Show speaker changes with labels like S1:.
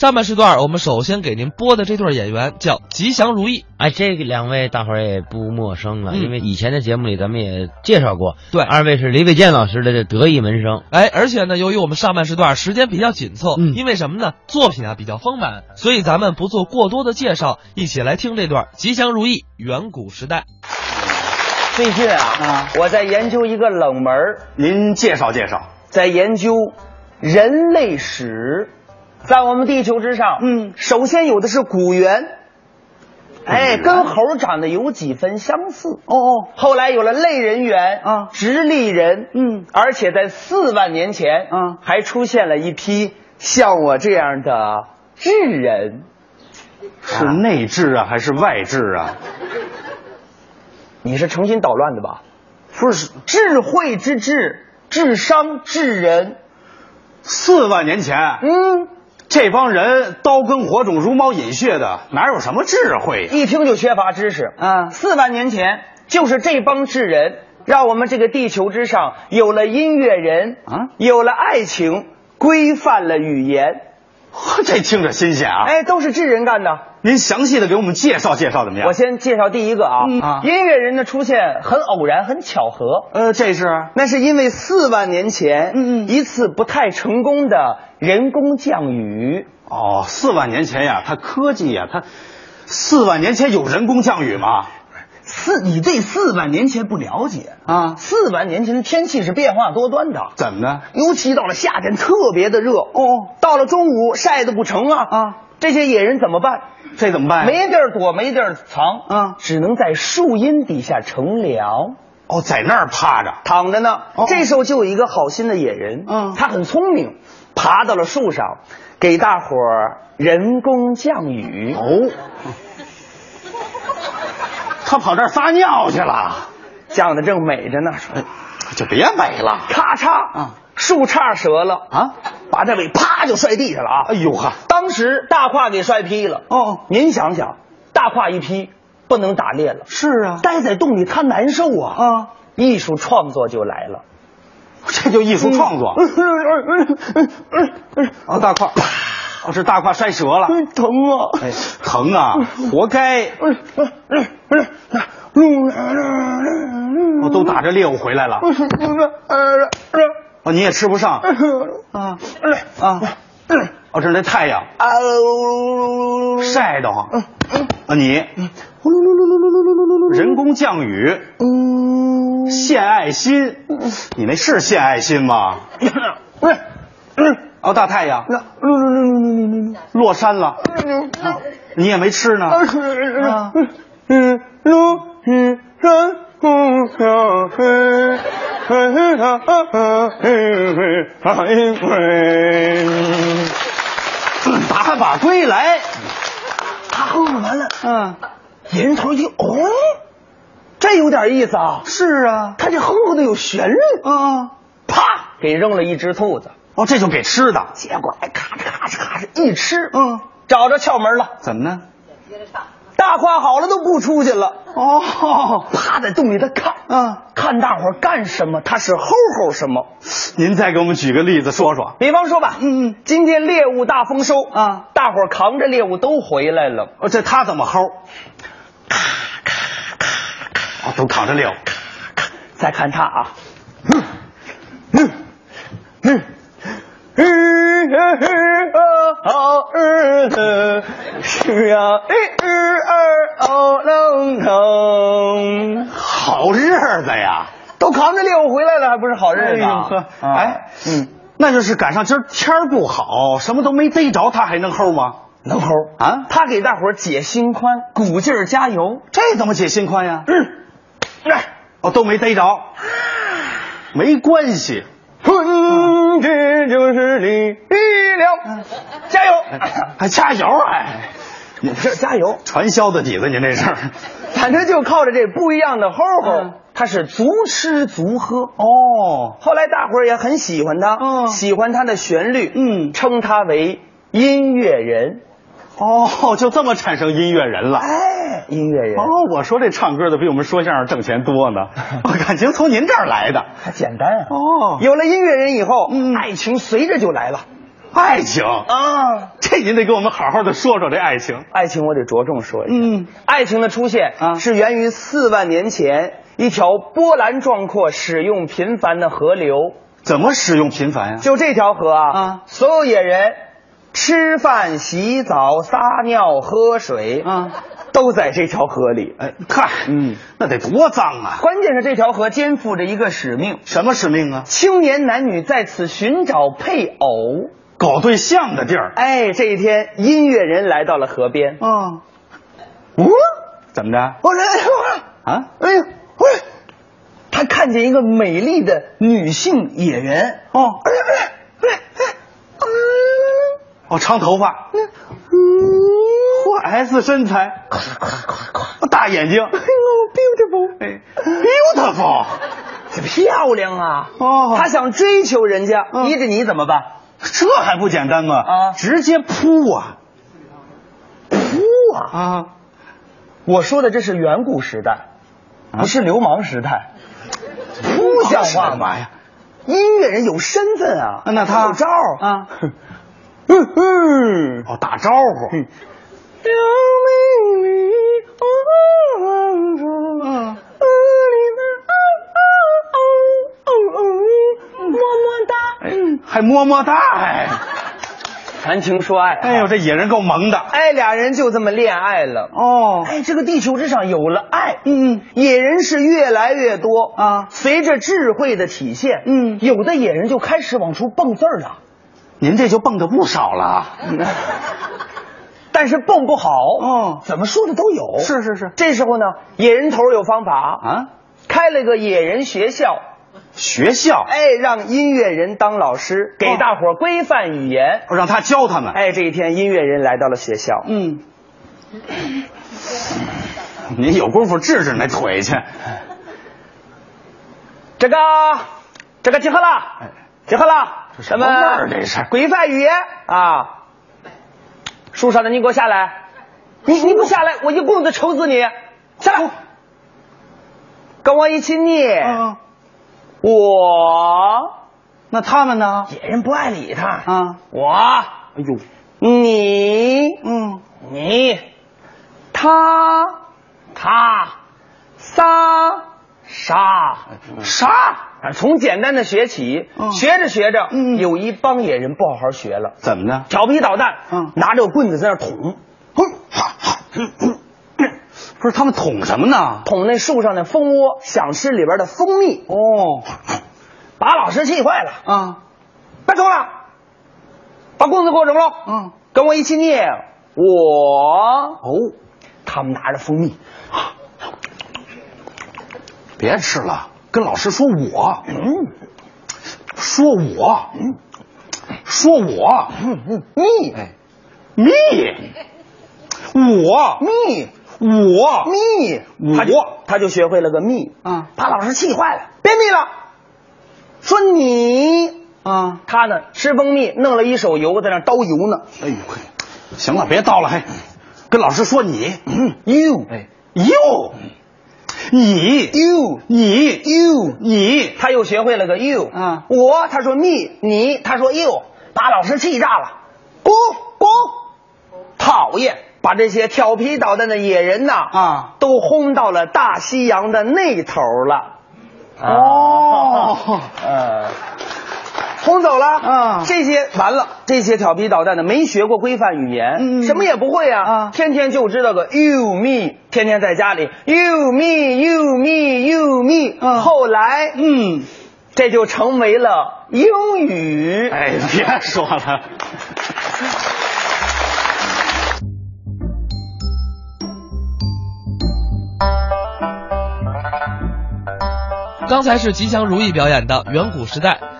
S1: 上半时段，我们首先给您播的这对演员叫吉祥如意。
S2: 哎，这个两位大伙儿也不陌生了，
S1: 嗯
S2: 因为以前的节目里咱们也介绍过。
S1: 对
S2: 二位是李伟健老师的这得意门生。
S1: 哎，而且呢，由于我们上半时段时间比较紧凑，
S2: 嗯
S1: 因为什么呢？作品啊比较丰满，所以咱们不做过多的介绍，一起来听这段《吉祥如意》远古时代。
S3: 最近啊，我在研究一个冷门儿
S4: 您介绍介绍。
S3: 在研究人类史。在我们地球之上，嗯，首先有的是古猿，哎，跟猴儿长得有几分相似。哦哦，后来有了类人猿啊，直立人，嗯，而且在四万年前，啊，还出现了一批像我这样的智人。
S4: 是内置啊，还是外置啊？
S3: 你是诚心捣乱的吧？
S4: 不是
S3: 智慧之智，智商智人，
S4: 四万年前，
S3: 嗯，
S4: 这帮人刀耕火种、茹毛饮血的，哪有什么智慧啊呀？
S3: 一听就缺乏知识啊！四万年前，就是这帮智人，让我们这个地球之上有了音乐人
S4: 啊
S3: 有了爱情，规范了语言，
S4: 呵 这听着新鲜啊！
S3: 哎，都是智人干的。
S4: 您详细的给我们介绍介绍怎么样？
S3: 我先介绍第一个啊，
S4: 啊
S3: 音乐人的出现很偶然，很巧合。
S4: 呃，这是
S3: 那是因为四万年前，嗯嗯，一次不太成功的人工降雨，
S4: 哦，四万年前呀，它科技呀，它四万年前有人工降雨吗？
S3: 四，你对四万年前不了解
S4: 啊
S3: 四万年前的天气是变化多端的，
S4: 怎么的？
S3: 尤其到了夏天特别的热哦，到了中午晒得不成啊
S4: 啊，
S3: 这些野人怎么办？
S4: 这怎么办呀？
S3: 没地儿躲，没地儿藏
S4: 啊
S3: 只能在树荫底下乘凉，
S4: 哦，在那儿趴着。
S3: 躺着呢。
S4: 哦
S3: 这时候就有一个好心的野人，
S4: 嗯
S3: 他很聪明，爬到了树上，给大伙儿人工降雨。
S4: 哦，他跑这儿撒尿去了，
S3: 降的正美着呢，说
S4: 就别美了。
S3: 咔嚓，
S4: 哎啊
S3: 树杈折了
S4: 啊，
S3: 把这尾啪就摔地下了啊！
S4: 哎呦呵，
S3: 当时大胯给摔劈了。
S4: 哦
S3: 您想想，大胯一劈，不能打猎了，
S4: 是啊，
S3: 待在洞里他难受啊。
S4: 啊，
S3: 艺术创作就来了，
S4: 这就艺术创作。
S3: 嗯
S4: 啊，大胯，哦，是大胯摔折了，
S3: 嗯，疼啊！
S4: 哎，疼啊，活该。我哦都打着猎物回来了，哦，你也吃不上
S3: 啊
S4: 啊。哦，这是那太阳
S3: 啊！
S4: 晒得慌。啊，你人工降雨，献爱心，你那是献爱心吗？哦，大太阳落山了，啊你也没吃
S3: 啊
S4: 呢。打马归来，
S3: 他哼哼完了，
S4: 嗯，
S3: 野人头一听，哦，这有点意思啊！
S4: 是啊，
S3: 他这哼哼的有旋律，
S4: 啊，
S3: 啪，给扔了一只兔子，
S4: 哦，这就给吃的，
S3: 结果哎，咔哧咔哧咔哧一吃，
S4: 嗯，
S3: 找着窍门了，
S4: 怎么呢？
S3: 大胯好了都不出去了，
S4: 哦，
S3: 趴在洞里头看，
S4: 嗯，
S3: 看大伙儿干什么，他是吼吼什么。
S4: 您再给我们举个例子说说。
S3: 比方说吧，嗯，今天猎物大丰收
S4: 嗯
S3: 啊，大伙儿扛着猎物都回来了，
S4: 哦，这他怎么吼？哦，都躺着溜。
S3: 再看他啊，是啊，一二哦能能，
S4: 好日子呀！
S3: 都扛着猎物回来了，还不是好日子啊？
S4: 哎
S3: 哎，，嗯，，
S4: 那就是赶上今儿天儿不好，什么都没逮着，他还能吼吗？
S3: 能猴
S4: 啊
S3: 他给大伙儿解心宽，鼓劲儿加油。
S4: 这怎么解心宽呀？
S3: 嗯
S4: 哦，都没逮着，
S3: 啊
S4: 没关系。
S3: 春天就是力量，加油！
S4: 哎还加油哎！您
S3: 这加油，
S4: 传销的底子，您这是？
S3: 反正就靠着这不一样的吼
S4: 嗯
S3: 吼，他是足吃足喝。
S4: 哦，
S3: 后来大伙儿也很喜欢他，
S4: 嗯
S3: 喜欢他的旋律，
S4: 嗯
S3: 称他为音乐人。
S4: 哦，就这么产生音乐人了。
S3: 哎，音乐人，
S4: 哦，我说这唱歌的比我们说相声挣钱多呢， 我感情从您这儿来的。
S3: 还简单啊。
S4: 哦
S3: 有了音乐人以后，
S4: 嗯
S3: 爱情随着就来了
S4: 爱情，
S3: 啊。哎
S4: 这您得给我们好好的说说这爱情。
S3: 爱情我得着重说一下。
S4: 嗯，
S3: 爱情的出现
S4: 啊
S3: 是源于四万年前一条波澜壮阔、使用频繁的河流。
S4: 怎么使用频繁呀、
S3: 就这条河啊，
S4: 啊
S3: 所有野人吃饭、洗澡、撒尿、喝水，
S4: 啊，
S3: 都在这条河里。
S4: 哎，嗨，
S3: 嗯，
S4: 那得多脏啊！
S3: 关键是这条河肩负着一个使命，
S4: 什么使命啊？
S3: 青年男女在此寻找配偶。
S4: 搞对象的地儿。
S3: 哎，这一天，音乐人来到了河边。
S4: 啊，
S3: 哦，
S4: 怎么着？
S3: 我来，
S4: 啊，
S3: 哎呦，喂，他看见一个美丽的女性野人。
S4: 哦
S3: 哎哎哎哎，
S4: 哦，长头发，
S3: 嗯嗯，
S4: 嚯，S 身材，哦大眼睛，
S3: beautiful，
S4: 哎，beautiful，
S3: 漂亮啊！
S4: 哦
S3: 他想追求人家，
S4: 嗯
S3: 依着你怎么办？
S4: 这还不简单吗？
S3: 啊
S4: 直接扑啊
S3: 哭啊！
S4: 啊！
S3: 我说的这是远古时代，
S4: 啊
S3: 不是流氓时代。
S4: 扑
S3: 不像话
S4: 干嘛呀？
S3: 音乐人有身份啊，
S4: 啊啊那他
S3: 有招儿
S4: 啊。
S3: 嗯嗯
S4: 哦，打招呼，
S3: 凋零里黄土，嗯，么么哒。
S4: 哎，还么么哒，
S3: 嗯
S4: 哎，
S3: 谈情说爱，
S4: 哎呦，，这野人够萌的。
S3: 哎，俩人就这么恋爱了。
S4: 哦，
S3: 哎，这个地球之上有了爱，
S4: 嗯，
S3: 野人是越来越多
S4: 啊
S3: 随着智慧的体现，
S4: 嗯
S3: 有的野人就开始往出蹦字儿了，
S4: 您这就蹦的不少了啊。
S3: 嗯但是蹦不好，
S4: 哦
S3: 怎么说的都有。
S4: 是是是
S3: 这时候呢，野人头儿有方法，
S4: 啊，
S3: 开了个野人学校，
S4: 学校，
S3: 哎，让音乐人当老师，给
S4: 哦
S3: 大伙儿规范语言。
S4: 让他教他们。
S3: 哎，这一天音乐人来到了学校，
S4: 嗯， 您有功夫治治那腿去。哎
S3: 这个这个集合
S4: 哎
S3: 了，集合了，
S4: 这什么
S3: 咱们
S4: 味儿啊这是
S3: 规范语言啊！树上的你给我下来，你
S4: 啊
S3: 你不下来，我一棍子抽死你！下来，跟我一起念。
S4: 哦嗯，
S3: 我
S4: 那他们呢？
S3: 野人不爱理他
S4: 啊，
S3: 我，哎呦，你
S4: 嗯，
S3: 你，他，他，仨，杀，
S4: 啥？
S3: 啊从简单的学起，
S4: 嗯
S3: 学着学着，
S4: 嗯
S3: 有一帮野人不好好学了，
S4: 怎么呢？
S3: 调皮捣蛋，
S4: 嗯
S3: 拿着棍子在那儿捅，
S4: 不是他们捅什么呢？
S3: 捅那树上的蜂窝，想吃里边的蜂蜜，
S4: 哦，
S3: 把老师气坏了，
S4: 啊，
S3: 别捅了，把棍子给我扔了，
S4: 嗯，
S3: 跟我一起念，我，
S4: 哦，
S3: 他们拿着蜂蜜，
S4: 别吃了，跟老师说我，
S3: 嗯
S4: 说我，说我，
S3: 嗯蜜
S4: 哎， 蜜，我，
S3: 蜜
S4: 我，
S3: 蜜，
S4: 我
S3: 他就他就学会了个蜜，
S4: 啊
S3: 把老师气坏了，别蜜了，说你。
S4: 啊，
S3: 他呢吃蜂蜜，弄了一手油，在那儿倒油呢。
S4: 哎呦嘿，行了，别叨了，嘿，跟老师说你，
S3: You，
S4: 哎哟，你
S3: you，
S4: 你 you 你，
S3: 他又学会了个 you。
S4: 啊
S3: 我他说 me，你他说 you，把老师气炸了。滚滚，讨厌！把这些调皮捣蛋的野人呐
S4: 啊，
S3: 都轰到了大西洋的那头了。
S4: 哦
S3: 呃，轰走了。
S4: 啊
S3: 这些完了，这些调皮捣蛋的没学过规范语言，
S4: 嗯嗯
S3: 什么也不会啊，
S4: 啊
S3: 天天就知道个 you me，天天在家里 you me you me you me，、
S4: 嗯
S3: 后来
S4: 嗯，
S3: 这就成为了英语。
S4: 哎，别说了，
S1: 刚才是吉祥如意表演的《远古时代》。